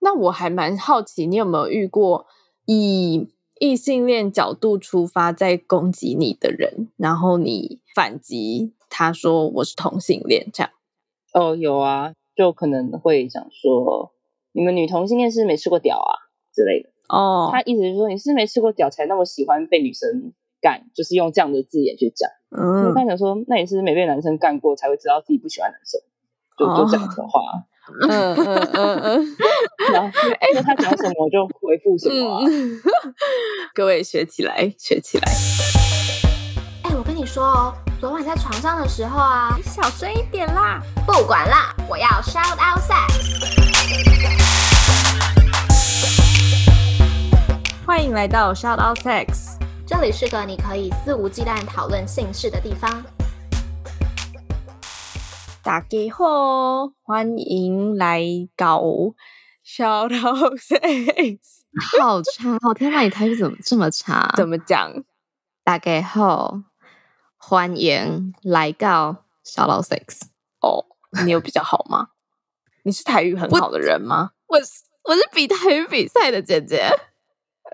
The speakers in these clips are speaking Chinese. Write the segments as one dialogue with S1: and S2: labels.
S1: 那我还蛮好奇，你有没有遇过以异性恋角度出发在攻击你的人，然后你反击他说我是同性恋这样？
S2: 哦，有啊，就可能会想说，你们女同性恋是没吃过屌啊之类的。
S1: 哦，
S2: 他意思是说，你是没吃过屌才那么喜欢被女生干，就是用这样的字眼去讲。我
S1: 嗯，
S2: 刚想说，那你是没被男生干过才会知道自己不喜欢男生，就就这样子的话。
S1: 嗯嗯嗯嗯
S2: 然后那他讲什么我就回复 什么啊、
S1: 嗯， 各位学起来，学起来。
S3: 哎、我跟你说哦，昨晚在床上的时候啊，
S4: 小声一点啦！
S3: 不管啦，我要 shout out sex。
S1: 欢迎来到 Shout Out Sex，
S3: 这里是个你可以肆无忌惮讨论性事的地方。
S1: 大家好，欢迎来搞 Shout Out Sex。
S4: 好差哦！天哪，你台语怎么这么差？
S1: 怎么讲？
S4: 大家好，欢迎来到小老 six。
S1: 哦，你有比较好吗？你是台语很
S4: 我
S1: 好的人吗
S4: 我是我是比台语比赛的姐姐。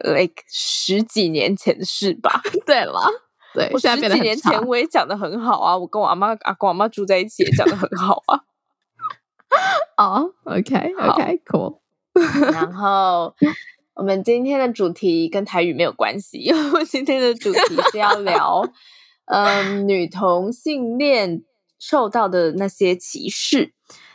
S1: ？Like 十几年前的事吧，
S4: 对了，对，
S1: 我
S4: 现
S1: 十
S4: 在变得
S1: 几年
S4: 很差
S1: 前。我也讲的很好啊，我跟我阿妈、阿公、阿妈住在一起也讲的很好啊。
S4: 哦，OK
S1: 好
S4: OK cool。
S1: 然后我们今天的主题跟台语没有关系，因为我今天的主题是要聊，嗯，女同性恋受到的那些歧视。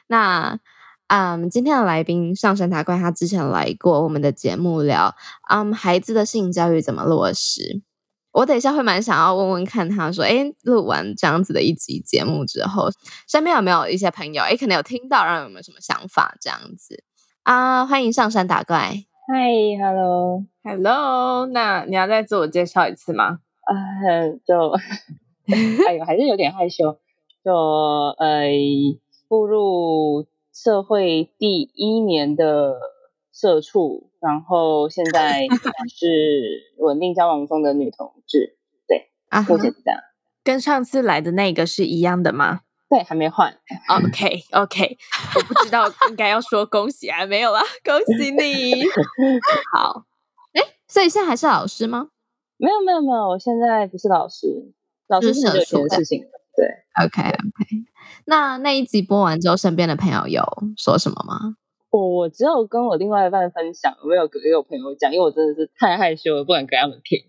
S4: 那嗯，今天的来宾上山茶怪，他之前来过我们的节目聊，嗯，孩子的性教育怎么落实。我等一下会蛮想要问问看他说，诶，录完这样子的一集节目之后，身边有没有一些朋友，诶，可能有听到，然后有没有什么想法这样子啊？欢迎上山打怪，
S2: 嗨，hello，
S1: Hello，那你要再自我介绍一次吗？
S2: 啊、就 哎呦，还是有点害羞。就呃，步入社会第一年的社畜，然后现在是稳定交往中的女同志，
S4: 啊哈
S2: 目前是这样。
S1: 跟上次来的那个是一样的吗？
S2: 对，还没换。
S1: OK OK，我不知道应该要说恭喜啊，没有啦，恭喜你。 好，
S4: 所以现在还是老师吗
S2: 没有没有没有，我现在不是老师，老师
S4: 是
S2: 是很久
S4: 社
S2: 以前
S4: 畜
S2: 的
S4: 的
S2: 事情了。对，
S4: ？OK OK，那那一集播完之后，身边的朋友有说什么吗？
S2: 我我只有跟我另外一半分享，我没有给我朋友讲，因为我真的是太害羞了，不敢给他们 听。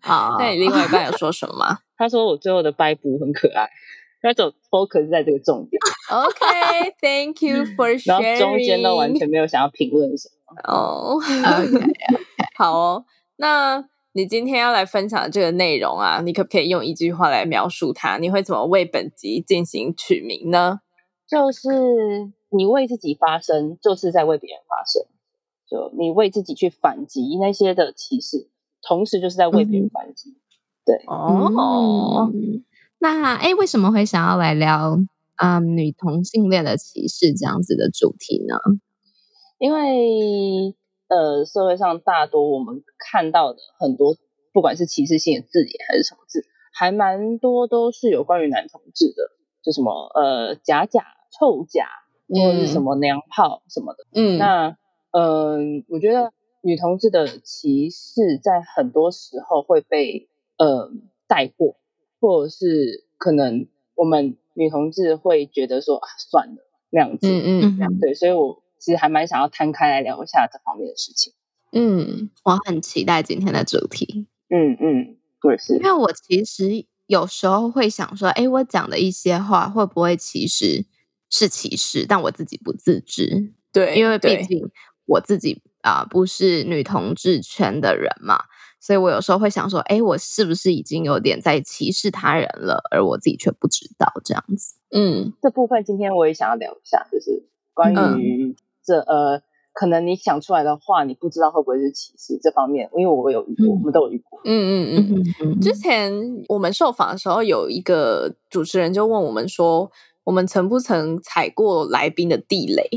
S4: 啊、
S1: 那你另外一半有说什么 吗
S2: 他说我最后的掰补很可爱，他走 focus 在这个重点，
S1: ？OK，Thank、you for
S2: 嗯然
S1: sharing。
S2: 后中间都完全没有想要评论什么。
S1: 哦
S4: OK
S1: 好哦。那你今天要来分享的这个内容啊，你可不可以用一句话来描述它？你会怎么为本集进行取名呢？
S2: 就是你为自己发声，就是在为别人发声。就你为自己去反击那些的歧视，同时就是在为别人反击。
S1: 哦，
S4: 嗯，那哎，诶为什么会想要来聊嗯女同性恋的歧视这样子的主题呢？
S2: 因为呃，社会上大多我们看到的很多，不管是歧视性的字眼还是什么字，还蛮多都是有关于男同志的，就什么呃假假、臭假，或者是什么娘炮什么的。
S1: 嗯
S2: 那嗯、呃我觉得女同志的歧视在很多时候会被呃带过，或者是可能我们女同志会觉得说啊算了那样子，
S1: 嗯嗯
S4: 嗯，
S2: 对，所以我其实还蛮想要摊开来聊一下这方面的事情。
S1: 嗯
S4: 我很期待今天的主题，
S2: 嗯嗯，我也是
S4: 因为我其实有时候会想说，哎，我讲的一些话会不会其实是歧视，但我自己不自知，
S1: 对，
S4: 因为毕
S1: 对
S4: 竟我自己啊、呃不是女同志圈的人嘛。所以我有时候会想说，哎，我是不是已经有点在歧视他人了，而我自己却不知道这样子？
S1: 嗯
S2: 这部分，今天我也想要聊一下，就是关于这、呃，可能你想出来的话，你不知道会不会是歧视这方面，因为我有遇过，
S4: 嗯
S2: 我们都有遇过。
S1: 嗯嗯嗯。
S4: 嗯嗯
S1: 之前我们受访的时候，有一个主持人就问我们说，我们曾不曾踩过来宾的地雷？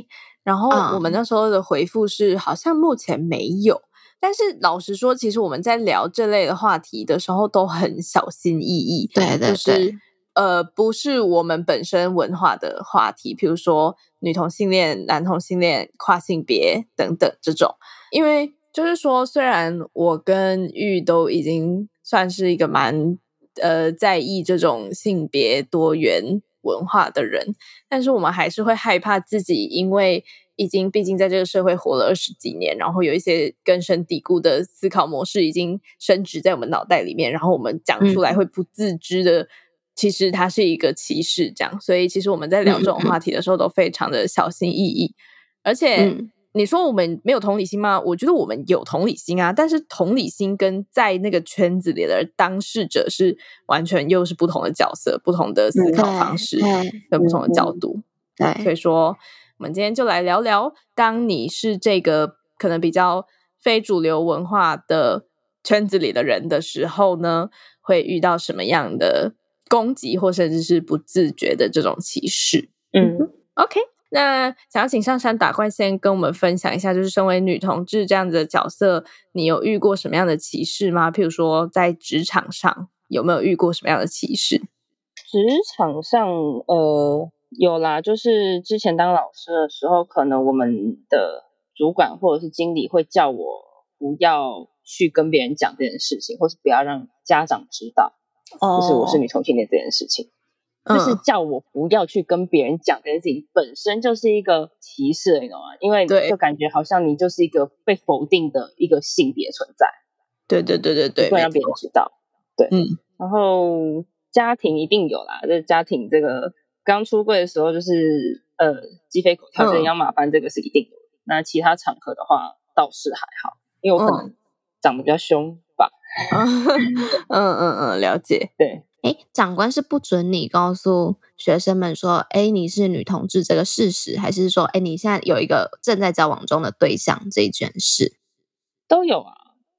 S1: 然后
S4: 嗯
S1: 我们那时候的回复是，好像目前没有。但是老实说，其实我们在聊这类的话题的时候都很小心翼翼，
S4: 对
S1: 就
S4: 对对
S1: 是呃不是我们本身文化的话题，譬如说女同性恋、男同性恋、跨性别等等这种。因为就是说，虽然我跟玉都已经算是一个蛮呃在意这种性别多元文化的人，但是我们还是会害怕自己，因为已经毕竟在这个社会活了二十几年，然后有一些根深蒂固的思考模式已经深植在我们脑袋里面，然后我们讲出来会不自知的，其实它是一个歧视，这样。所以其实我们在聊这种话题的时候都非常的小心翼翼，而且
S4: 嗯
S1: 你说我们没有同理心吗？我觉得我们有同理心啊，但是同理心跟在那个圈子里的当事者是完全又是不同的角色、不同的思考方式
S4: 对
S1: 跟不同的角度。所
S4: 对，
S1: 以说，我们今天就来聊聊，当你是这个可能比较非主流文化的圈子里的人的时候呢，会遇到什么样的攻击，或甚至是不自觉的这种歧视。
S2: 嗯，
S1: OK，那想要请上山打怪先跟我们分享一下，就是身为女同志这样子的角色，你有遇过什么样的歧视吗？譬如说在职场上有没有遇过什么样的歧视？
S2: 职场上呃有啦，就是之前当老师的时候，可能我们的主管或者是经理会叫我不要去跟别人讲这件事情，或是不要让家长知道，
S1: 哦
S2: 就是我是女同性恋这件事情。
S1: 嗯
S2: 就是叫我不要去跟别人讲这件事情，本身就是一个歧视，你懂吗？因为
S1: 对
S2: 就感觉好像你就是一个被否定的一个性别存在，
S1: 对对对对对，
S2: 不会让
S1: 没
S2: 别
S1: 错
S2: 人知道。对，
S1: 嗯。
S2: 然后家庭一定有啦，这家庭这个刚出柜的时候，就是呃鸡飞狗跳，
S1: 嗯
S2: 人仰马翻，这个是一定有的。那其他场合的话倒是还好，因为我可能长得比较凶吧。
S1: 嗯嗯嗯，了解。
S2: 对，
S4: 哎，长官是不准你告诉学生们说，哎，你是女同志这个事实，还是说，哎，你现在有一个正在交往中的对象这一件事？
S2: 都有啊。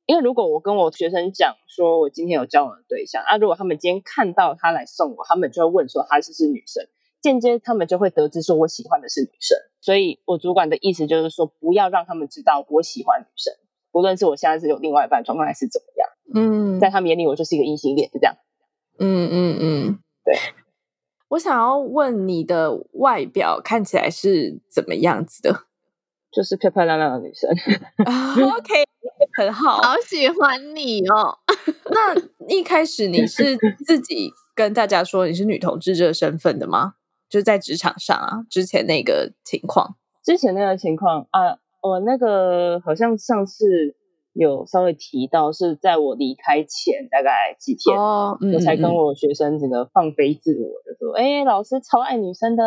S2: 因为如果我跟我学生讲说我今天有交往的对象啊，如果他们今天看到他来送我，他们就会问说他是不是女生，间接他们就会得知说我喜欢的是女生。所以我主管的意思就是说，不要让他们知道我喜欢女生，无论是我现在是有另外一半的状况还是怎么样，
S1: 嗯
S2: 在他们眼里我就是一个异性恋，就这样。
S1: 嗯嗯嗯，
S2: 对。
S1: 我想要问你的外表看起来是怎么样子 的
S2: 就是漂漂亮亮的女生，
S1: ？OK，很好。
S4: 好喜欢你哦！
S1: 那一开始你 是自己跟大家说你是女同志这个身份的吗？就是在职场上啊，之前那个情况。
S2: 之前那个情况啊，我那个好像上次有稍微提到，是在我离开前大概几天，
S1: 哦，嗯
S2: 我才跟
S1: 嗯
S2: 我学生整个放飞自我，就说：“哎、老师超爱女生的。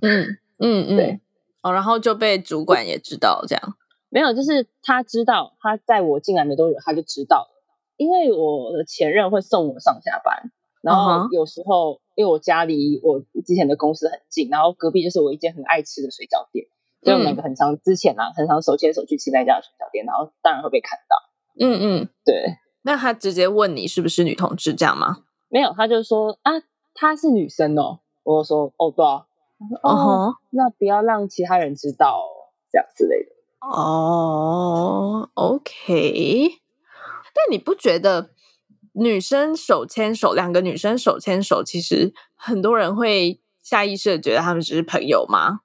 S1: 嗯嗯嗯，
S2: 对
S1: 哦，然后就被主管也知道这样。”
S2: 没有，就是他知道，他在我进来没多久他就知道了，因为我的前任会送我上下班，然
S1: 嗯
S2: 后
S1: 哼
S2: 有时候因为我家离我之前的公司很近，然后隔壁就是我一间很爱吃的水饺店，所以
S1: 嗯
S2: 我们两个很常之前啊，很常手牵手去吃那家的水饺店，然后当然会被看到。
S1: 嗯嗯，
S2: 对，
S1: 那他直接问你是不是女同志这样吗？
S2: 没有，他就说啊，她是女生哦。我就说哦，对啊。他说
S1: 哦
S2: 哦，
S1: 吼
S2: 那不要让其他人知道哦，这样之类的。
S1: 哦，OK。但你不觉得女生手牵手，两个女生手牵手，其实很多人会下意识的觉得他们只是朋友吗？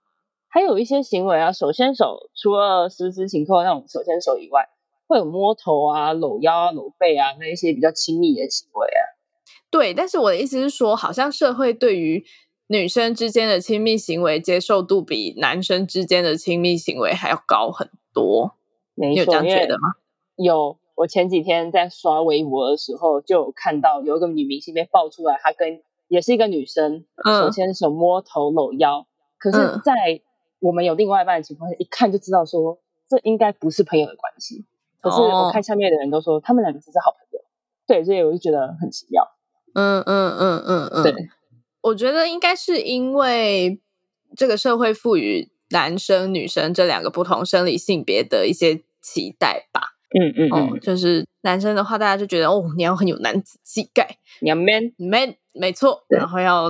S2: 还有一些行为啊，手牵手，除了十指紧扣那种手牵手以外，会有摸头啊、搂腰啊、搂背啊那一些比较亲密的行为啊。
S1: 对，但是我的意思是说，好像社会对于女生之间的亲密行为接受度比男生之间的亲密行为还要高很多。
S2: 没
S1: 你有这
S2: 错，
S1: 样
S2: 因
S1: 觉
S2: 为
S1: 得吗？
S2: 有我前几天在刷微博的时候，就有看到有一个女明星被爆出来，她跟也是一个女生，
S1: 嗯
S2: 手牵手摸头搂腰，可是
S1: 嗯，
S2: 在我们有另外一半的情况下，一看就知道说这应该不是朋友的关系。可是
S1: 哦
S2: 我看下面的人都说他们两个只是好朋友，对，所以我就觉得很奇妙。
S1: 嗯嗯嗯嗯嗯，
S2: 对，
S1: 我觉得应该是因为这个社会赋予男生、女生这两个不同生理性别的一些期待吧。
S2: 嗯嗯
S1: 哦，
S2: 嗯，
S1: 就是男生的话，大家就觉得哦，你要很有男子气概
S2: 你要 man，
S1: ，man，没错，
S2: 对
S1: 然后要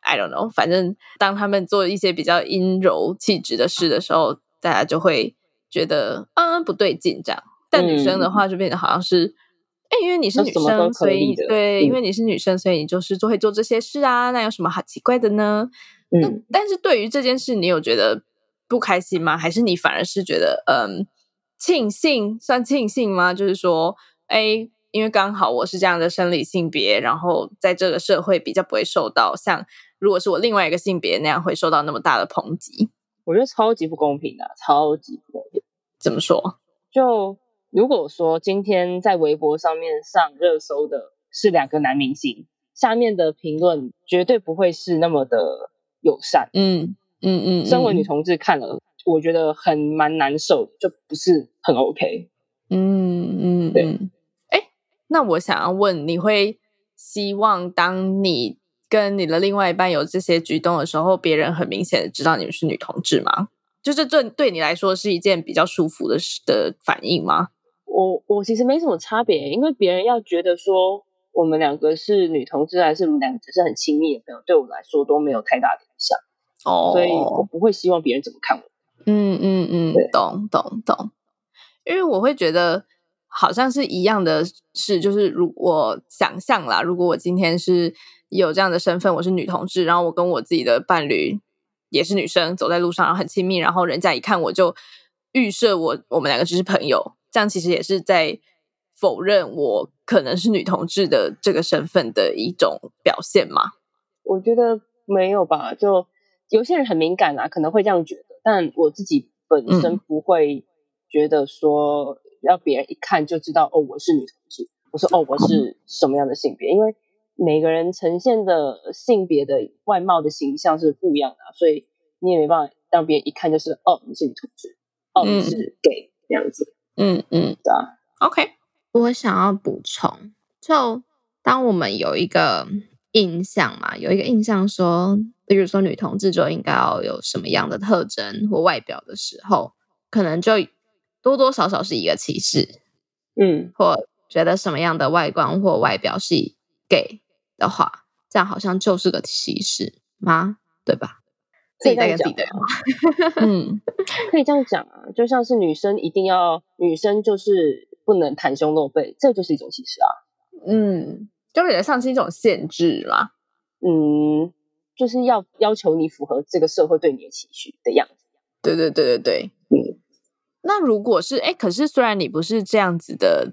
S1: I don't know，反正当他们做一些比较阴柔气质的事的时候，大
S4: 啊
S1: 家就会觉得嗯不对劲这样。但女生的话就变得好像是
S4: 哎，因为你是
S2: 嗯那
S4: 女
S2: 什么都
S4: 生，
S2: 可
S4: 所以
S2: 以的
S4: 对，因
S2: 嗯
S4: 为你是女生，所以你就是就会做这些事啊，那有什么好奇怪的呢？那
S2: 嗯，
S4: 但是对于这件事，你有觉得不开心吗？还是你反而是觉得嗯庆幸，算庆幸吗？就是说，哎，因为刚好我是这样的生理性别，然后在这个社会比较不会受到像如果是我另外一个性别那样会受到那么大的抨击。
S2: 我觉得超级不公平的、啊超级不公平。
S4: 怎么说？
S2: 就如果说今天在微博上面上热搜的是两个男明星，下面的评论绝对不会是那么的友善。
S4: 嗯嗯嗯，
S2: 身为
S4: 嗯
S2: 女同志看了，我觉得很蛮难受，就不是很 OK。
S4: 嗯嗯
S2: 对
S4: 嗯，哎、那我想要问，你会希望当你跟你的另外一半有这些举动的时候，别人很明显的知道你们是女同志吗？就是这对你来说是一件比较舒服的事的反应吗？
S2: 我我其实没什么差别，因为别人要觉得说我们两个是女同志，还是我们两个只是很亲密的朋友，对我来说都没有太大的影响，
S4: 哦，
S2: 所以我不会希望别人怎么看我。
S4: 嗯嗯嗯
S2: 对，
S4: 懂懂懂。因为我会觉得好像是一样的事，就是如我想象啦，如果我今天是有这样的身份，我是女同志，然后我跟我自己的伴侣也是女生，走在路上然后很亲密，然后人家一看我就预设我我们两个只是朋友，这样其实也是在否认我可能是女同志的这个身份的一种表现嘛。
S2: 我觉得没有吧，就有些人很敏感啊，可能会这样觉得，但我自己本身
S4: 嗯
S2: 不会觉得说让别人一看就知道哦，我是女同志，我说哦，我是什么样的性别，因为每个人呈现的性别的外貌的形象是不一样的啊、所以你也没办法让别人一看就是哦，你是女同志，哦，
S5: 嗯
S2: 你是 gay 这样子，
S4: 嗯嗯
S2: 对啊，
S4: ，OK，
S5: 我想要补充，就当我们有一个印象嘛，有一个印象说，比如说女同志就应该要有什么样的特征或外表的时候，可能就多多少少是一个歧视，
S2: 嗯，
S5: 或觉得什么样的外观或外表是 gay 的话，这样好像就是个歧视吗？对吧？自己
S2: 可以这
S5: 在跟
S2: 样
S5: 自
S2: 讲
S5: 己对
S4: 啊
S5: 话。
S4: 嗯
S2: 可以这样讲啊，就像是女生一定要，女生就是不能袒胸露背，这就是一种歧视啊。
S4: 嗯，就是也像是一种限制啦。
S2: 嗯，就是要要求你符合这个社会对你的期许的样子。
S4: 对对对对对，
S2: 嗯，
S4: 那如果是哎，可是虽然你不是这样子的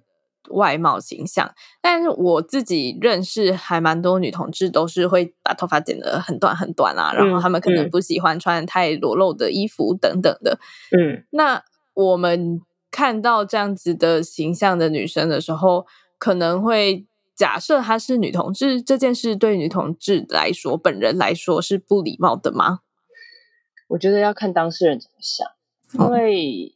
S4: 外貌形象，但是我自己认识还蛮多女同志都是会把头发剪得很短很短啊，然后
S2: 嗯
S4: 她们可能
S2: 嗯
S4: 不喜欢穿太裸露的衣服等等的。
S2: 嗯，
S4: 那我们看到这样子的形象的女生的时候，可能会假设她是女同志，这件事对女同志来说，本人来说是不礼貌的吗？
S2: 我觉得要看当事人怎么想，因
S4: 哦
S2: 为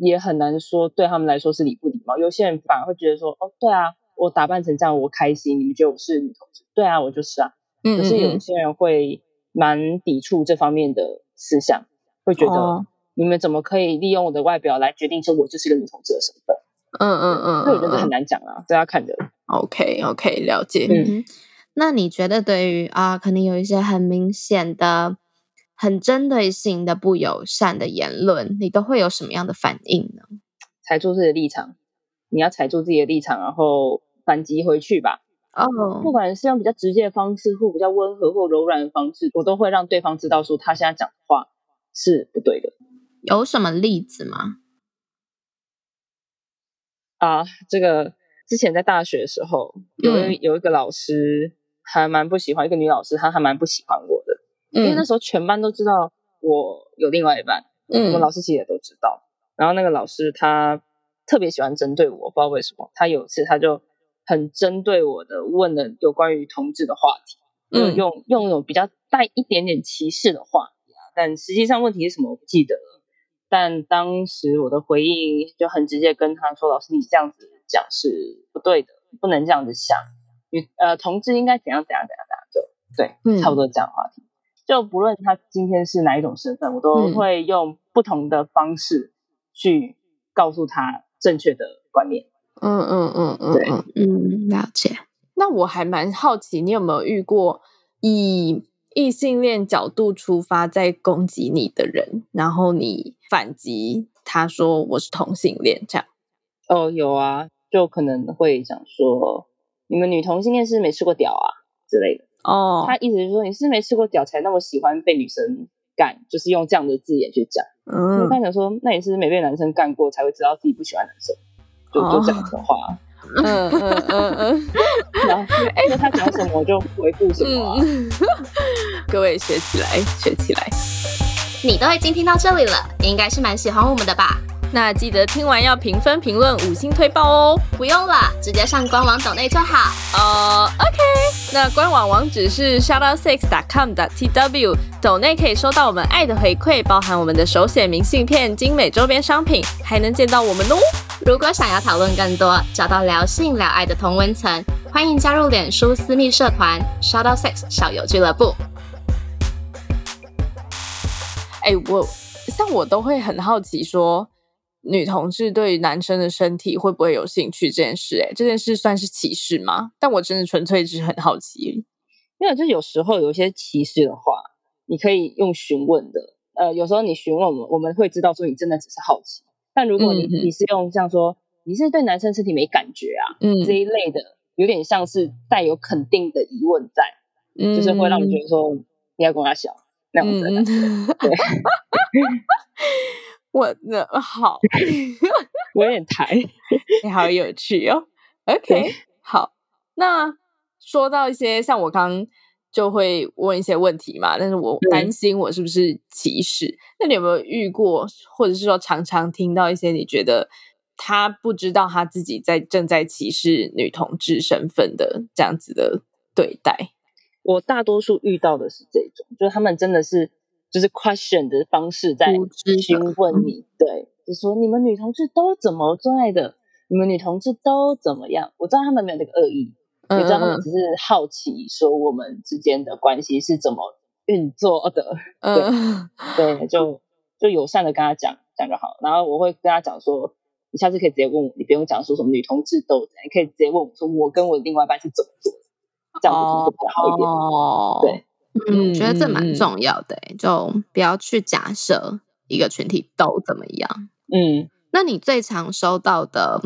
S2: 也很难说对他们来说是礼不礼貌。有些人反而会觉得说，哦，对啊，我打扮成这样我开心，你们觉得我是女同志？对啊，我就是啊。
S4: 嗯
S2: 可是有
S4: 嗯
S2: 一些人会蛮抵触这方面的思想，会觉得、
S4: 哦
S2: 你们怎么可以利用我的外表来决定说我就是一个女同志的身份？
S4: 嗯嗯嗯嗯，
S2: 所以我觉得
S4: 嗯
S2: 很难讲啊，这要看人。
S4: OK OK，了解。
S2: 嗯
S5: 那你觉得对于啊、可能有一些很明显的、很针对性的不友善的言论，你都会有什么样的反应呢？
S2: 踩住自己的立场，你要踩住自己的立场，然后反击回去吧。
S5: 哦、
S2: 不管是用比较直接的方式，或比较温和或柔软的方式，我都会让对方知道说他现在讲的话是不对的
S5: 有什么例子吗？
S2: 啊。这个之前在大学的时候，有
S4: 嗯
S2: 一、有一个老师还蛮不喜欢，一个女老师，她还蛮不喜欢我的，因为那
S4: 嗯
S2: 时候全班都知道我有另外一半，我们
S4: 嗯
S2: 老师其实也都知道。然后那个老师他特别喜欢针对我，不知道为什么。他有一次他就很针对我的问了有关于同志的话题，就
S4: 嗯
S2: 用用那种比较带一点点歧视的话题啊，但实际上问题是什么我不记得了。但当时我的回应就很直接跟他说：“老师，你这样子讲是不对的，不能这样子想。你呃，同志应该怎样怎样怎样怎样，就
S4: 嗯
S2: 对，差不多这样的话题。就不论他今天是哪一种身份，我都
S4: 嗯
S2: 会用不同的方式去告诉他正确的观念。
S4: 嗯嗯嗯嗯
S2: 对
S4: 嗯。
S5: 嗯，了解。
S4: 那我还蛮好奇，你有没有遇过以异性恋角度出发在攻击你的人，然后你反击他说我是同性恋这样？
S2: 哦，有啊，就可能会讲说，你们女同性恋是没吃过屌啊之类的。
S1: 哦，
S2: 他意思是说，你是没吃过屌才那么喜欢被女生干，就是用这样的字眼去讲。我
S1: 嗯，
S2: 刚想说，那也是没被男生干过才会知道自己不喜欢男生，就
S1: 哦
S2: 就讲这种话啊。
S1: 嗯嗯嗯嗯，
S2: 然后哎，那他讲什么我就回复什么 啊、
S1: 嗯，各位学起来，学起来。
S3: 你都已经听到这里了，应该是蛮喜欢我们的吧？
S1: 那记得听完要评分、评论、五星推爆哦。
S3: 不用了，直接上官网抖内就好。
S1: 呃、o k 那官网网址是 shoutoutsix.com.tw，抖内可以收到我们爱的回馈，包含我们的手写明信片、精美周边商品，还能见到我们哦。
S3: 如果想要讨论更多，找到聊性聊爱的同温层，欢迎加入脸书私密社团 Shout Out Sex 少友俱乐部。
S1: 哎、我像我都会很好奇说，女同志对于男生的身体会不会有兴趣这件事、哎，这件事算是歧视吗？但我真的纯粹只是很好奇。
S2: 因为就有时候有一些歧视的话，你可以用询问的。呃，有时候你询问我们，我们会知道说你真的只是好奇。但如果你、
S1: 嗯嗯
S2: 你是用像说你是对男生身体没感觉啊、
S1: 嗯
S2: 这一类的，有点像是带有肯定的疑问在，
S1: 嗯
S2: 就是会让你觉得说你要跟他小那样子的感觉。
S1: 嗯嗯 我的好，
S2: 我有点抬，
S1: 你好有趣 哦。OK，
S2: 对
S1: 好，那说到一些像我刚就会问一些问题嘛，但是我
S2: 嗯
S1: 担心我是不是歧视？那你有没有遇过，或者是说常常听到一些你觉得他不知道他自己在正在歧视女同志身份的这样子的对待？
S2: 我大多数遇到的是这种，就是他们真的是就是 question 的方式在
S4: 无知的
S2: 询
S1: 嗯
S2: 问你，对，就说你们女同志都怎么做爱的，你们女同志都怎么样？我知道他们没有那个恶意，
S1: 嗯
S2: 我知道他
S1: 嗯
S2: 们只是好奇，说我们之间的关系是怎么运作的，
S1: 嗯
S2: 对，就就友善的跟他讲讲就好。然后我会跟他讲说，你下次可以直接问我，你不用讲说什么女同志都怎样，你可以直接问我说我跟我另外一半是怎么做的，这样子是不是比较好一点？
S1: 哦，
S2: 对
S4: 嗯，我觉得这
S1: 嗯嗯
S4: 蛮
S1: 嗯
S4: 重要的、欸，就不要去假设一个群体都怎么样。
S2: 嗯。
S4: 那你最常收到的，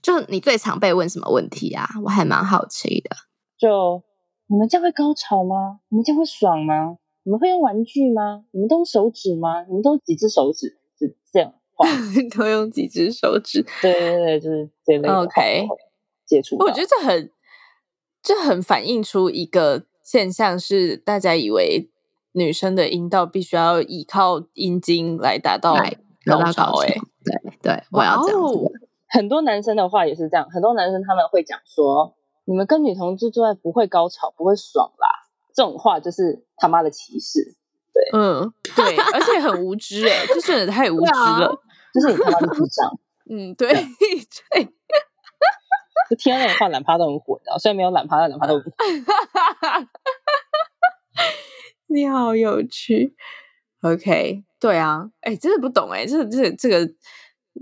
S4: 就你最常被问什么问题啊？我还蛮好奇的。
S2: 就你们这样会高潮吗？你们这样会爽吗？你们会用玩具吗？你们都用手指吗？你们都几只手指？是这样话，
S1: 都用几只手指，
S2: 对对对，就是这类的话
S1: OK
S2: 我会接触到。
S1: 我觉得这很，这很反映出一个现象，是大家以为女生的阴道必须要依靠阴茎来达到
S4: 来得
S1: 高
S4: 到
S1: 潮、欸，
S4: 对对，我要这样子
S1: 哇哦
S4: 的。
S2: 很多男生的话也是这样，很多男生他们会讲说，你们跟女同志做爱不会高潮，不会爽啦，这种话就是他妈的歧视，
S1: 嗯， 对，而且很无知、欸，哎，这真的太无知
S4: 啊
S1: 了，
S2: 就是你他妈的智障。
S1: 嗯，对 对，
S2: 就听到那种话，懒趴都很火的，虽然没有懒趴，但懒趴都很火
S1: 你好有趣，OK，对啊，哎、真的不懂、欸，哎，这这这个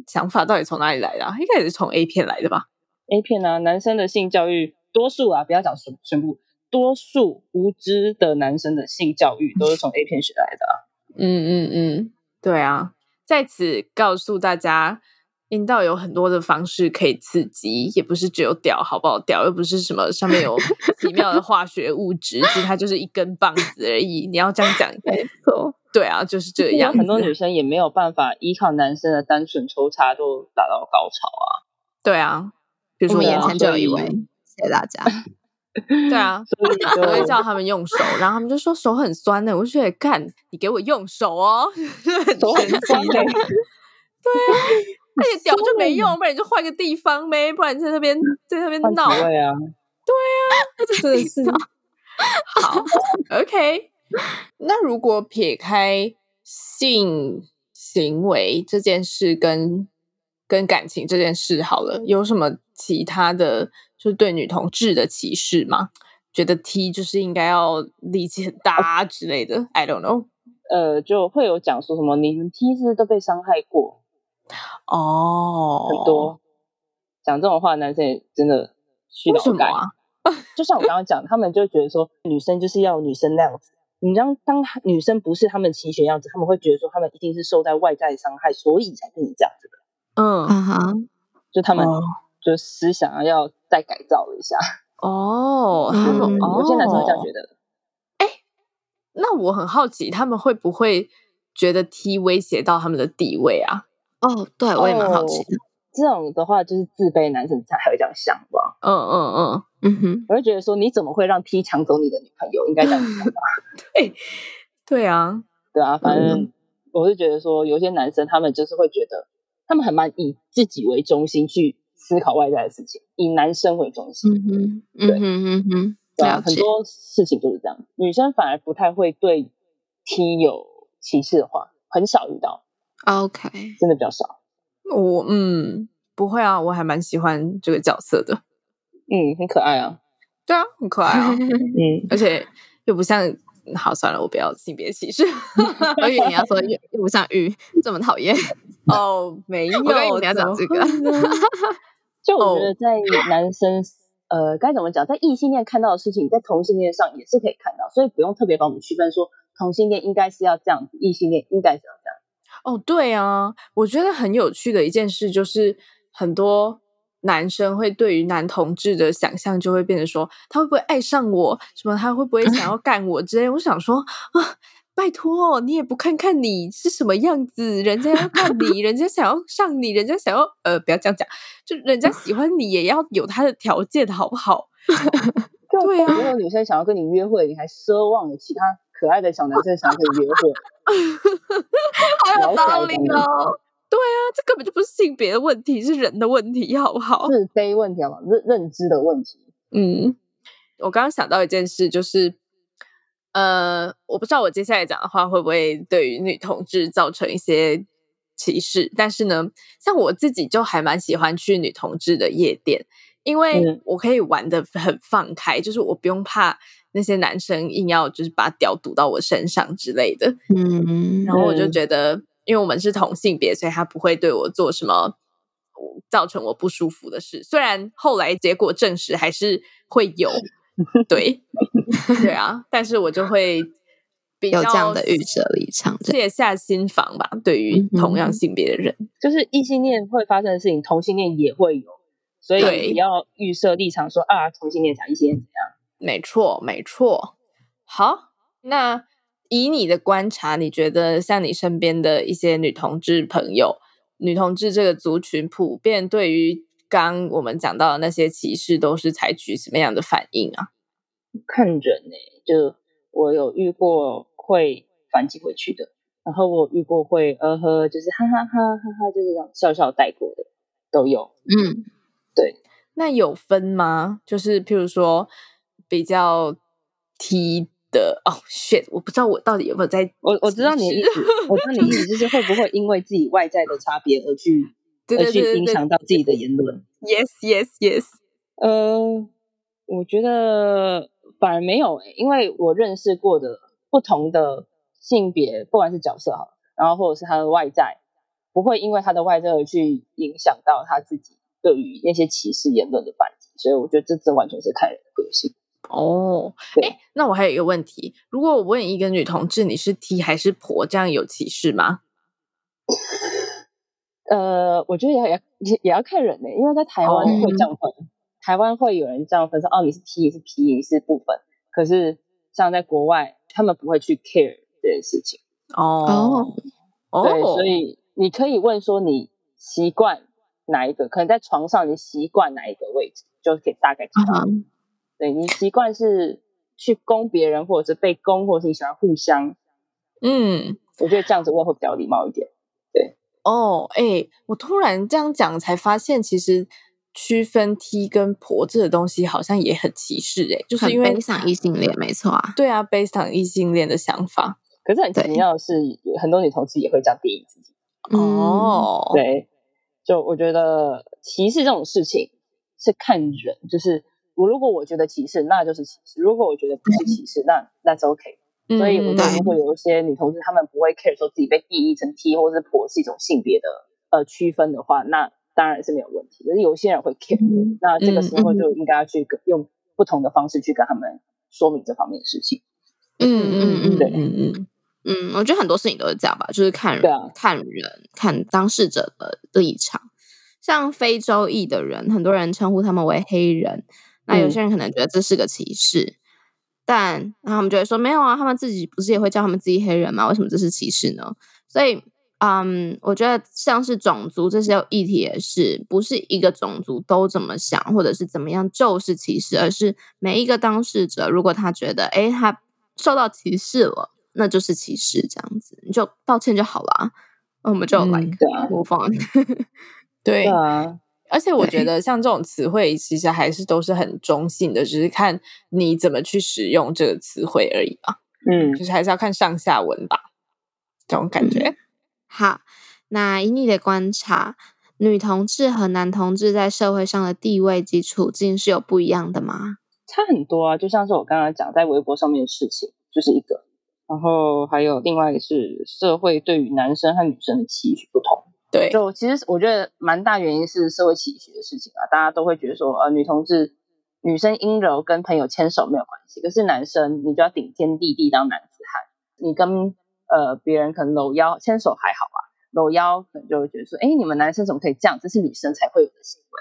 S1: 想法到底从哪里来的、啊？应该也是从 A 片来的吧？
S2: A 片啊，男生的性教育多数啊，不要讲全全部，多数无知的男生的性教育都是从 A 片学来的、啊。
S1: 嗯嗯嗯，对啊，在此告诉大家，阴道有很多的方式可以刺激，也不是只有屌，好不好？屌又不是什么上面有奇妙的化学物质，其实它就是一根棒子而已。你要这样讲，
S4: 没错，
S1: 对啊，就是这
S2: 因为
S1: 样。
S2: 很多女生也没有办法依靠男生的单纯抽插就达到高潮啊。
S1: 对啊，比如说
S4: 我们
S2: 对
S4: 眼
S2: 啊
S4: 前就有一
S2: 所以
S4: 位，谢谢大家。
S1: 对啊，
S2: 所以就
S1: 我 会叫他们用手，然后他们就说手很酸的，我就觉得干，你给我用手哦，
S2: 手很
S1: 神奇
S2: 酸的，
S1: 而且屌就没
S2: 欸
S1: 用，不然你就换个地方呗，不然你在那边在那边
S2: 换
S1: 闹。
S2: 职位啊，
S1: 这真的是 好 OK。那如果撇开性行为这件事跟跟感情这件事好了，有什么其他的就是对女同志的歧视吗？觉得 T 就是应该要力气 很大啊之类的，I don't know。
S2: 呃，就会有讲说什么你们 T 是都被伤害过
S1: 哦，
S2: 很多，讲这种话的男生也真的虚
S1: 为
S2: 脑
S1: 什么
S2: 感。
S1: 啊？
S2: 就像我刚刚讲，他们就会觉得说女生就是要有女生那样子。你让当女生不是他们期许的样子，他们会觉得说他们一定是受在外在的伤害，所以才跟你这样子的。
S1: 嗯，
S4: 啊哈，
S2: 就他们
S1: 哦
S2: 就思想啊要再改造一下。
S1: 哦，他们
S2: 嗯
S1: 哦，
S2: 有些男生会这样觉得。
S1: 那我很好奇，他们会不会觉得 T 威胁到他们的地位啊？
S4: 哦，对我也蛮好
S1: 哦
S4: 奇的。
S2: 这种的话，就是自卑男生才会这样想吧。
S1: 嗯嗯嗯，
S4: 嗯哼，
S2: 我会觉得说，你怎么会让 T 抢走你的女朋友？应该这样想吧，
S1: 对啊，
S2: 对啊，反
S4: 嗯
S2: 正我是觉得说，有些男生他们就是会觉得，他们很蛮以自己为中心去思考外在的事情，以男生为中心。
S4: 嗯哼，嗯哼，嗯哼，
S2: 对
S4: 了
S2: 啊，很
S4: 解。
S2: 多事情都是这样，女生反而不太会对 T 有歧视的话，很少遇到，
S4: OK，
S2: 真的比较少。
S1: 我嗯不会啊，我还蛮喜欢这个角色的。
S2: 嗯，很可爱啊。
S1: 对啊，很可爱啊，
S2: 嗯，
S1: 而且又不像……好，算了，我不要性别歧视。
S4: 我以为你要说又又不像玉这么 讨厌。
S1: 哦，没有，
S4: 我刚以为你要讲这个
S1: 怎么会呢
S2: 就我觉
S1: 哦
S2: 得在男生、呃该怎么讲，在异性恋看到的事情，在同性恋上也是可以看到，所以不用特别帮我们区分说同性恋应该是要这样子，异性恋应该是要这样。
S1: 哦，对啊，我觉得很有趣的一件事就是，很多男生会对于男同志的想象就会变成说，他会不会爱上我？什么他会不会想要干我之类？我想说啊。拜托、你也不看看你是什么样子，人家要看你，人家想要上你，人家想要呃，不要这样讲，就人家喜欢你也要有他的条件，好不好？
S2: 就
S1: 对啊
S2: 如果女生想要跟你约会，你还奢望有其他可爱的小男生想要跟你约会，
S4: 好
S2: 有道理
S4: 哦。
S1: 啊，这根本就不是性别的问题，是人的问题，好不好？
S2: 是非问题好吗？啊认认知的问题。
S1: 嗯，我刚刚想到一件事，就是，呃，我不知道我接下来讲的话会不会对于女同志造成一些歧视，但是呢，像我自己就还蛮喜欢去女同志的夜店，因为
S2: 嗯
S1: 我可以玩的很放开，就是我不用怕那些男生硬要就是把屌堵到我身上之类的，
S4: 嗯
S1: 然后我就
S2: 嗯
S1: 觉得，因为我们是同性别，所以他不会对我做什么我造成我不舒服的事。虽然后来结果证实还是会有， 对，对啊，但是我就会比较
S4: 有这样的预设立场，这
S1: 卸下心防吧。对于
S4: 嗯哼
S1: 同样性别的人，
S2: 就是异性恋会发生的事情，同性恋也会有，所以
S1: 对
S2: 不要预设立场说啊，同性恋才异性恋怎样。
S1: 没错，没错。好，那以你的观察，你觉得像你身边的一些女同志朋友，女同志这个族群普遍对于刚我们讲到的那些歧视，都是采取什么样的反应啊？
S2: 看人呢、就我有遇过会反击回去的，然后我有遇过会呃呵，就是哈哈哈哈哈，就是这样笑笑带过的都有。
S4: 嗯
S1: 那有分吗？就是譬如说比较 T 的哦，shit，我不知道我到底有没有在
S2: 我我知道你的意思，我知道你的意思就是会不会因为自己外在的差别而 去
S1: 对对对
S2: 而去
S1: 对
S2: 影
S1: 对
S2: 响到自己的言论？
S1: ，yes yes yes，
S2: 呃，我觉得反而没有诶、因为我认识过的不同的性别，不管是角色哈，然后或者是他的外在，不会因为他的外在而去影响到他自己对于那些歧视言论的反击，所以我觉得这这完全是看人的个性。
S1: 哦，
S2: 对
S1: 哎，那我还有一个问题，如果我问一个女同志你是 T 还是婆，这样有歧视吗？
S2: 呃，我觉得也也也也要看人呢、因为在台湾
S1: 哦
S2: 会这样分，台湾会有人这样分说，哦，你是 T，你是 P，你是不分。可是像在国外，他们不会去 care 这件事情。
S1: 哦哦，
S2: 对，所以你可以问说你习惯哪一个，可能在床上你习惯哪一个位置，就可以大概知
S4: 啊
S2: 道。
S4: 哈，
S2: 对你习惯是去攻别人，或者是被攻，或者是你喜欢互相，
S1: 嗯，
S2: 我觉得这样子问会比较礼貌一点。
S1: 哦，哎，我突然这样讲才发现，其实区分 T 跟婆这个东西好像也很歧视，哎，就是
S4: 很
S1: 因为
S4: 悲伤异性恋，没错啊。
S1: 对啊，based on 异性恋的想法。
S2: 可是很奇
S4: 对
S2: 妙的是，很多女同志也会这样定义自己。
S4: 嗯
S1: 哦，
S2: 对，就我觉得歧视这种事情是看人，就是我如果我觉得歧视，那就是歧视；如果我觉得不是歧视，那那是 OK。
S1: 对
S2: 所以我觉得，
S4: 嗯对
S2: 如果有一些女同志，她们不会 care 说自己被定义成 T 或是婆是一种性别的呃区分的话，那当然是没有问题。可是有些人会 care，、
S4: 嗯，
S2: 那这个时候
S4: 嗯
S2: 就应该要去跟用不同的方式去跟他们说明这方面的事情。
S1: 嗯嗯嗯
S4: 对
S1: 嗯嗯，啊
S4: 嗯，我觉得很多事情都是这样吧，就是看
S2: 对啊
S4: 看人，看当事者的立场。像非洲裔的人，很多人称呼他们为黑人，那
S1: 嗯
S4: 有些人可能觉得这是个歧视，但然后他们就会说没有啊，他们自己不是也会叫他们自己黑人吗？为什么这是歧视呢？所以，嗯，我觉得像是种族这些议题也是，不是一个种族都怎么想，或者是怎么样就是歧视，而是每一个当事者，如果他觉得，诶，他受到歧视了，那就是歧视，这样子，你就道歉就好了，啊我们就
S1: 嗯
S4: like
S2: 对啊
S4: move on，
S1: 对
S2: 对啊，
S1: 而且我
S4: 对
S1: 觉得像这种词汇，其实还是都是很中性的，只是看你怎么去使用这个词汇而已吧。
S2: 嗯
S1: 就是还是要看上下文吧，这种感觉。
S4: 好，那以你的观察，女同志和男同志在社会上的地位及处境是有不一样的吗？
S2: 差很多啊，就像是我刚刚讲在微博上面的事情，就是一个，然后还有另外是社会对于男生和女生的期许不同。
S1: 对，
S2: 就其实我觉得蛮大原因是社会期许的事情啊，大家都会觉得说，呃，女同志女生阴柔跟朋友牵手没有关系，可是男生你就要顶天立地当男子汉，你跟呃别人可能搂腰牵手还好吧，搂腰可能就会觉得说，哎，你们男生怎么可以这样？这是女生才会有的行为，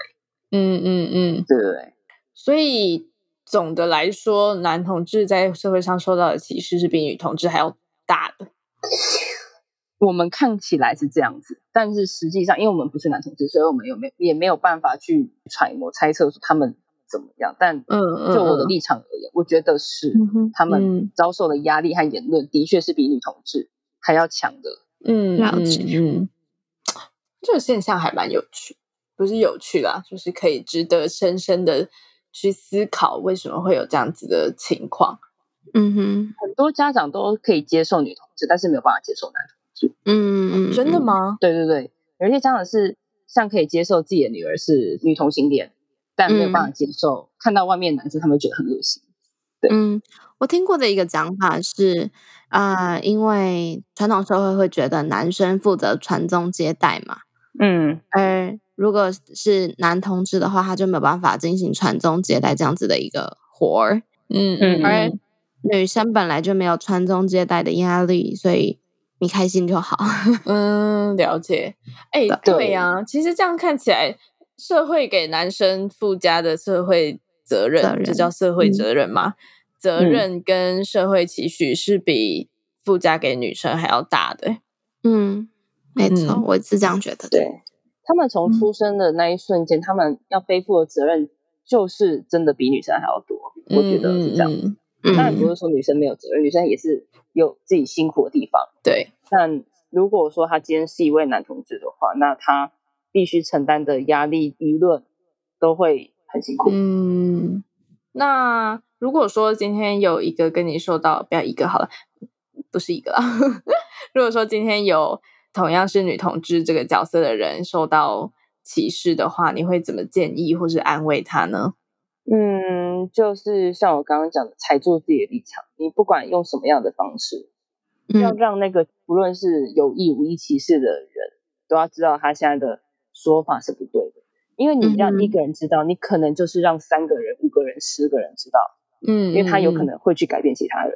S1: 嗯嗯嗯。
S2: 对不对？
S1: 所以总的来说，男同志在社会上受到的歧视是比女同志还要大的。
S2: 我们看起来是这样子，但是实际上，因为我们不是男同志，所以我们有没也没有办法去揣摩猜测说他们怎么样。但
S1: 嗯嗯
S2: 就我的
S1: 嗯
S2: 立场而言，我觉得是
S4: 哼
S2: 他
S1: 嗯
S2: 们遭受的压力和言论的确是比女同志还要强的。
S1: 嗯
S4: 了
S1: 嗯
S4: 解
S1: 嗯，这个现象还蛮有趣，不是有趣啦，就是可以值得深深的去思考为什么会有这样子的情况。
S4: 嗯哼，
S2: 很多家长都可以接受女同志，但是没有办法接受男同志。
S4: 嗯，嗯
S1: 真的？吗？
S2: 对对对，有一些家长是像可以接受自己的女儿是女同性恋，但没有
S1: 嗯
S2: 办法接受、看到外面男生，他们觉得很恶心。
S4: 嗯，我听过的一个讲法是，啊、因为传统社会会觉得男生负责传宗接代嘛，
S2: 嗯
S4: 而如果是男同志的话，他就没有办法进行传宗接代这样子的一个活儿。
S1: 嗯
S2: 嗯
S4: 而女生本来就没有传宗接代的压力，所以你开心就好。
S1: 嗯，了解。哎、
S2: 对
S1: 对呀、其实这样看起来，社会给男生附加的社会责任，
S4: 责任
S1: 这叫社会
S4: 嗯
S1: 责任吗？责
S2: 嗯
S1: 任跟社会期许是比附加给女生还要大的。
S4: 嗯，没错，
S1: 嗯
S4: 我是这样觉得的。
S2: 对，他们从出生的那一瞬间，他们要背负的责任就是真的比女生还要多，我觉得是这样。
S1: 嗯嗯嗯
S4: 嗯，
S2: 当然不是说女生没有责任，女生也是有自己辛苦的地方。
S1: 对，
S2: 但如果说他今天是一位男同志的话，那他必须承担的压力、舆论都会很辛苦。
S1: 嗯。那如果说今天有一个跟你受到，不要一个好了，不是一个啦。 如果说今天有同样是女同志这个角色的人受到歧视的话，你会怎么建议或是安慰她呢？
S2: 嗯，就是像我刚刚讲的，踩住自己的立场，你不管用什么样的方式，要
S4: 嗯
S2: 让那个不论是有意无意歧视的人，都要知道他现在的说法是不对的。因为你
S4: 嗯
S2: 让
S4: 哼
S2: 一个人知道，你可能就是让三个人、五个人、十个人知道，
S1: 嗯
S2: 因为他有可能会去改变其他人。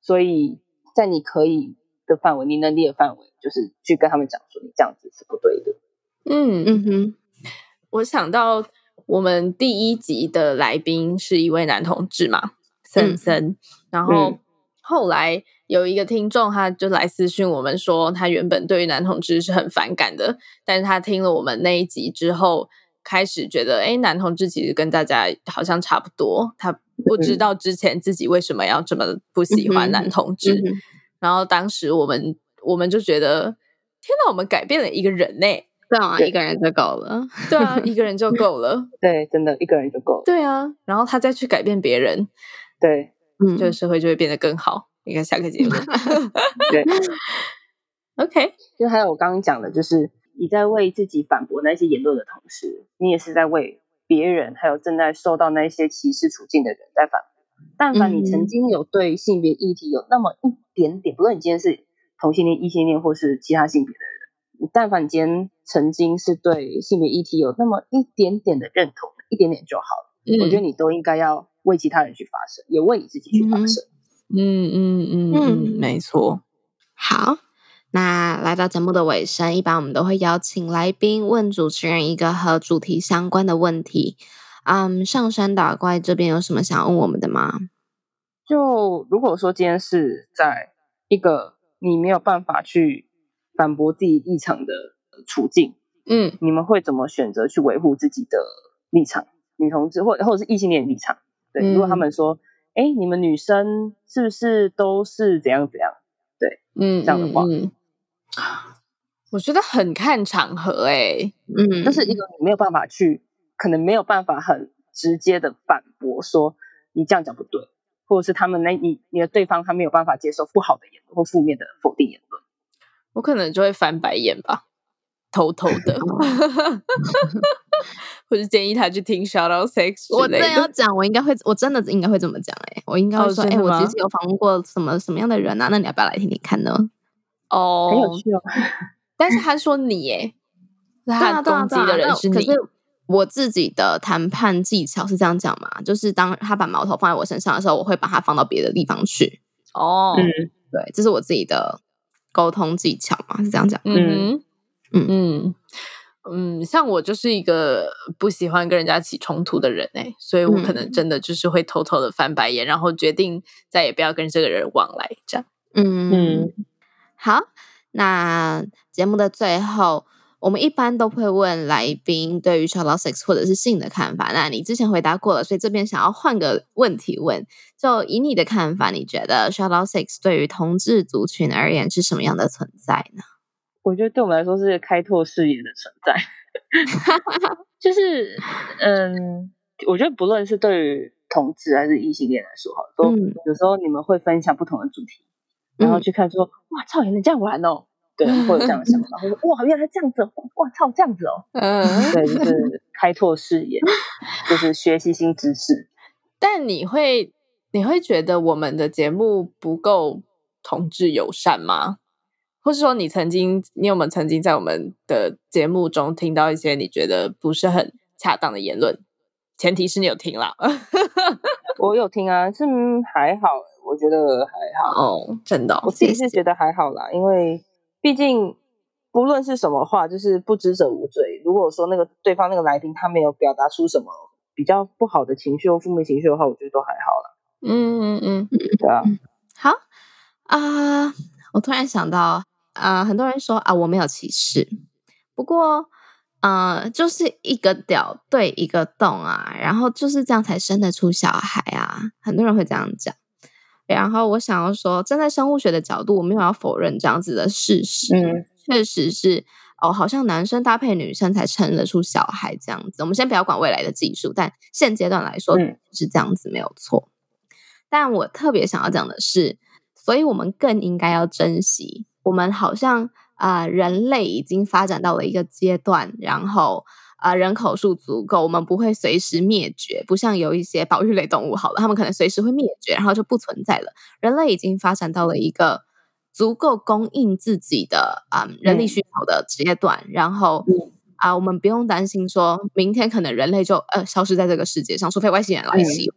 S2: 所以在你可以的范围、你能力的范围，就是去跟他们讲说你这样子是不对的。
S1: 嗯嗯，
S4: 嗯哼，
S1: 我想到我们第一集的来宾是一位男同志嘛，森
S4: 嗯
S1: 森，然后
S2: 嗯
S1: 后来有一个听众，他就来私讯我们说，他原本对于男同志是很反感的，但是他听了我们那一集之后，开始觉得，哎，男同志其实跟大家好像差不多，他不知道之前自己为什么要这么不喜欢
S4: 嗯嗯哼
S1: 男同志，
S4: 嗯哼，
S1: 然后当时我们我们就觉得，天哪，我们改变了一个 人呢、
S4: 对啊，
S2: 对
S4: 一个人就够了。
S1: 对啊，一个人就够了。
S2: 对，真的一个人就够了。
S1: 对啊，然后他再去改变别人，
S2: 对
S4: 嗯，
S1: 这个社会就会变得更好。你看下个结论
S2: 对。
S1: ，OK，
S2: 就还有我刚刚讲的，就是你在为自己反驳那些言论的同时，你也是在为别人还有正在受到那些歧视处境的人在反驳。但凡你
S4: 嗯
S2: 曾经有对性别议题有那么一点点，不论你今天是同性恋、异性恋或是其他性别的人，你但凡你今天曾经是对性别议题有那么一点点的认同，一点点就好了。
S1: 嗯
S2: 我觉得你都应该要为其他人去发声，也为你自己去发
S4: 嗯哼
S2: 声。
S1: 嗯嗯嗯嗯，没错，
S4: 好，那来到节目的尾声，一般我们都会邀请来宾问主持人一个和主题相关的问题。嗯，上山打怪这边有什么想问我们的吗？
S2: 就如果说今天是在一个你没有办法去反驳自己立场的处境，
S1: 嗯，
S2: 你们会怎么选择去维护自己的立场？女同志或或者是异性恋立场？对，
S1: 嗯
S2: 如果他们说，哎、你们女生是不是都是怎样怎样？
S1: 嗯，
S2: 这样的话
S1: 嗯，嗯我觉得很看场合哎诶、
S4: 嗯，
S2: 就是一个你没有办法去，可能没有办法很直接的反驳说你这样讲不对，或者是他们那你你的对方他没有办法接受不好的言论或负面的否定言论。
S1: 我可能就会翻白眼吧，偷偷的， 或是建议他去听《Shout Out Sex》
S4: 我啊
S1: 之类
S4: 真的要
S1: 的。
S4: 讲，我应该会，我真的应该会这么讲哎、我应该会
S1: 哦
S4: 说，
S1: 真
S4: 哎、
S1: 的
S4: 我
S1: 吗
S4: 其实有访问过什么什么样的人啊？那你要不要来听听看呢？
S1: 哦
S2: 很有趣哦，
S1: 但是他说你耶，
S4: 对啊
S1: 他
S4: 对啊
S1: 攻
S4: 对
S1: 击
S4: 啊
S1: 的人
S4: 那
S1: 是
S4: 可
S1: 你
S4: 是。我自己的谈判技巧是这样讲嘛，就是当他把矛头放在我身上的时候，我会把它放到别的地方去。
S1: 哦，
S2: 嗯
S4: 对，这是我自己的沟通技巧嘛，是这样讲。
S1: 嗯
S4: 嗯
S1: 哼嗯嗯，像我就是一个不喜欢跟人家起冲突的人哎，所以我可能真的就是会偷偷的翻白眼，然后决定再也不要跟这个人往来这样。
S4: 嗯
S2: 嗯，
S4: 好，那节目的最后，我们一般都会问来宾对于 s h o t o sex 或者是性的看法。那你之前回答过了，所以这边想要换个问题问，就以你的看法，你觉得 s h o t o sex 对于同志族群而言是什么样的存在呢？
S2: 我觉得对我们来说是开拓视野的存在，就是嗯，我觉得不论是对于同志还是异性恋来说，哈，都、
S4: 嗯
S2: 有时候你们会分享不同的主题，然后去看说，哇操，原来这样玩哦，对，会有这样的想法，会说哇，原来这样子哦，哇操，这样子哦，
S1: 嗯，
S2: 对，就是开拓视野，就是学习新知识。
S1: 但你会你会觉得我们的节目不够同志友善吗？或是说，你曾经，你有没有曾经在我们的节目中听到一些你觉得不是很恰当的言论？前提是你有听啦。
S2: 我有听啊，是嗯还好，我觉得还好，
S1: 哦，真的
S2: 我
S1: 哦、
S2: 自己是觉得还好啦，因为毕竟不论是什么话，就是不知者无罪。如果说那个对方那个来宾他没有表达出什么比较不好的情绪或负面情绪的话，我觉得都还好啦，
S1: 嗯嗯嗯，
S2: 对啊，
S4: 好啊、我突然想到啊、很多人说啊，我没有歧视，不过呃，就是一个屌对一个洞啊，然后就是这样才生得出小孩啊，很多人会这样讲。然后我想要说，站在生物学的角度，我没有要否认这样子的事实，
S2: 嗯
S4: 确实是哦，好像男生搭配女生才生得出小孩这样子。我们先不要管未来的技术，但现阶段来说
S2: 嗯
S4: 是这样子没有错。但我特别想要讲的是，所以我们更应该要珍惜，我们好像啊、呃人类已经发展到了一个阶段，然后。啊、人口数足够，我们不会随时灭绝，不像有一些保育类动物，好了，它们可能随时会灭绝，然后就不存在了。人类已经发展到了一个足够供应自己的啊、嗯人力需求的阶段，然后
S2: 嗯
S4: 啊、我们不用担心说明天可能人类就呃消失在这个世界上，除非外星人
S1: 嗯
S4: 来袭。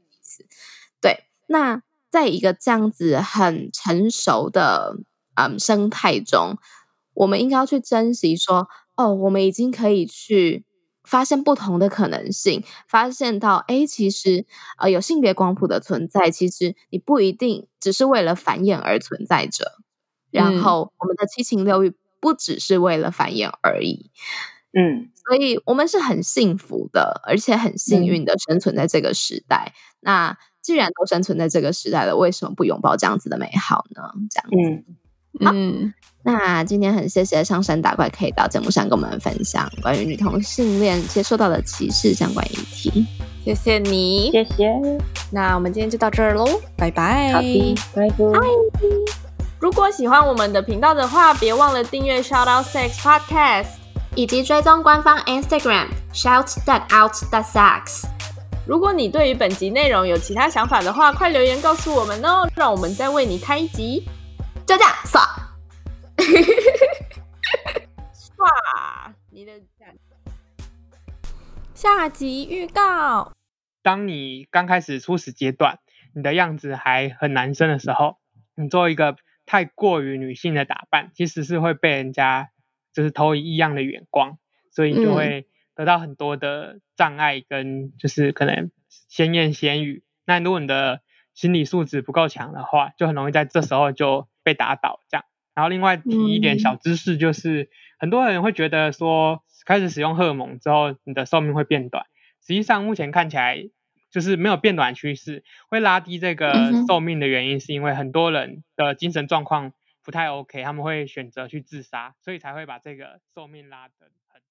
S4: 对，那在一个这样子很成熟的嗯生态中，我们应该要去珍惜说，哦，我们已经可以去发现不同的可能性，发现到，哎，其实呃有性别光谱的存在，其实你不一定只是为了繁衍而存在着。然
S1: 嗯
S4: 后，我们的七情六欲不只是为了繁衍而已，
S2: 嗯
S4: 所以我们是很幸福的，而且很幸运的生存在这个时代。那既然都生存在这个时代了，为什么不拥抱这样子的美好呢？这
S2: 嗯，
S4: 样，
S1: 嗯，
S4: 那今天很谢谢上山打怪可以到节目上跟我们分享关于女同性恋接受到的歧视相关议题。
S1: 谢谢你。
S2: 谢谢，
S1: 那我们今天就到这儿喽，拜拜。
S2: 好的，拜拜。
S1: 如果喜欢我们的频道的话，别忘了订阅 Shout Out Sex Podcast。
S3: 以及追踪官方 Instagram shout that out that sucks。
S1: 如果你对于本集内容有其他想法的话，快留言告诉我们哦，让我们再为你开一集。
S3: 就这样，爽。
S1: 哇，你的下集预告。
S6: 当你刚开始初始阶段，你的样子还很男生的时候，你做一个太过于女性的打扮，其实是会被人家就是投以异样的眼光，所以就
S4: 嗯
S6: 会得到很多的障碍跟就是可能闲言闲语。那如果你的心理素质不够强的话，就很容易在这时候就被打倒这样。然后另外提一点小知识，就是、很多人会觉得说，开始使用荷尔蒙之后，你的寿命会变短。实际上目前看起来就是没有变短趋势，会拉低这个
S4: 嗯哼
S6: 寿命的原因，是因为很多人的精神状况不太 OK，他们会选择去自杀，所以才会把这个寿命拉得很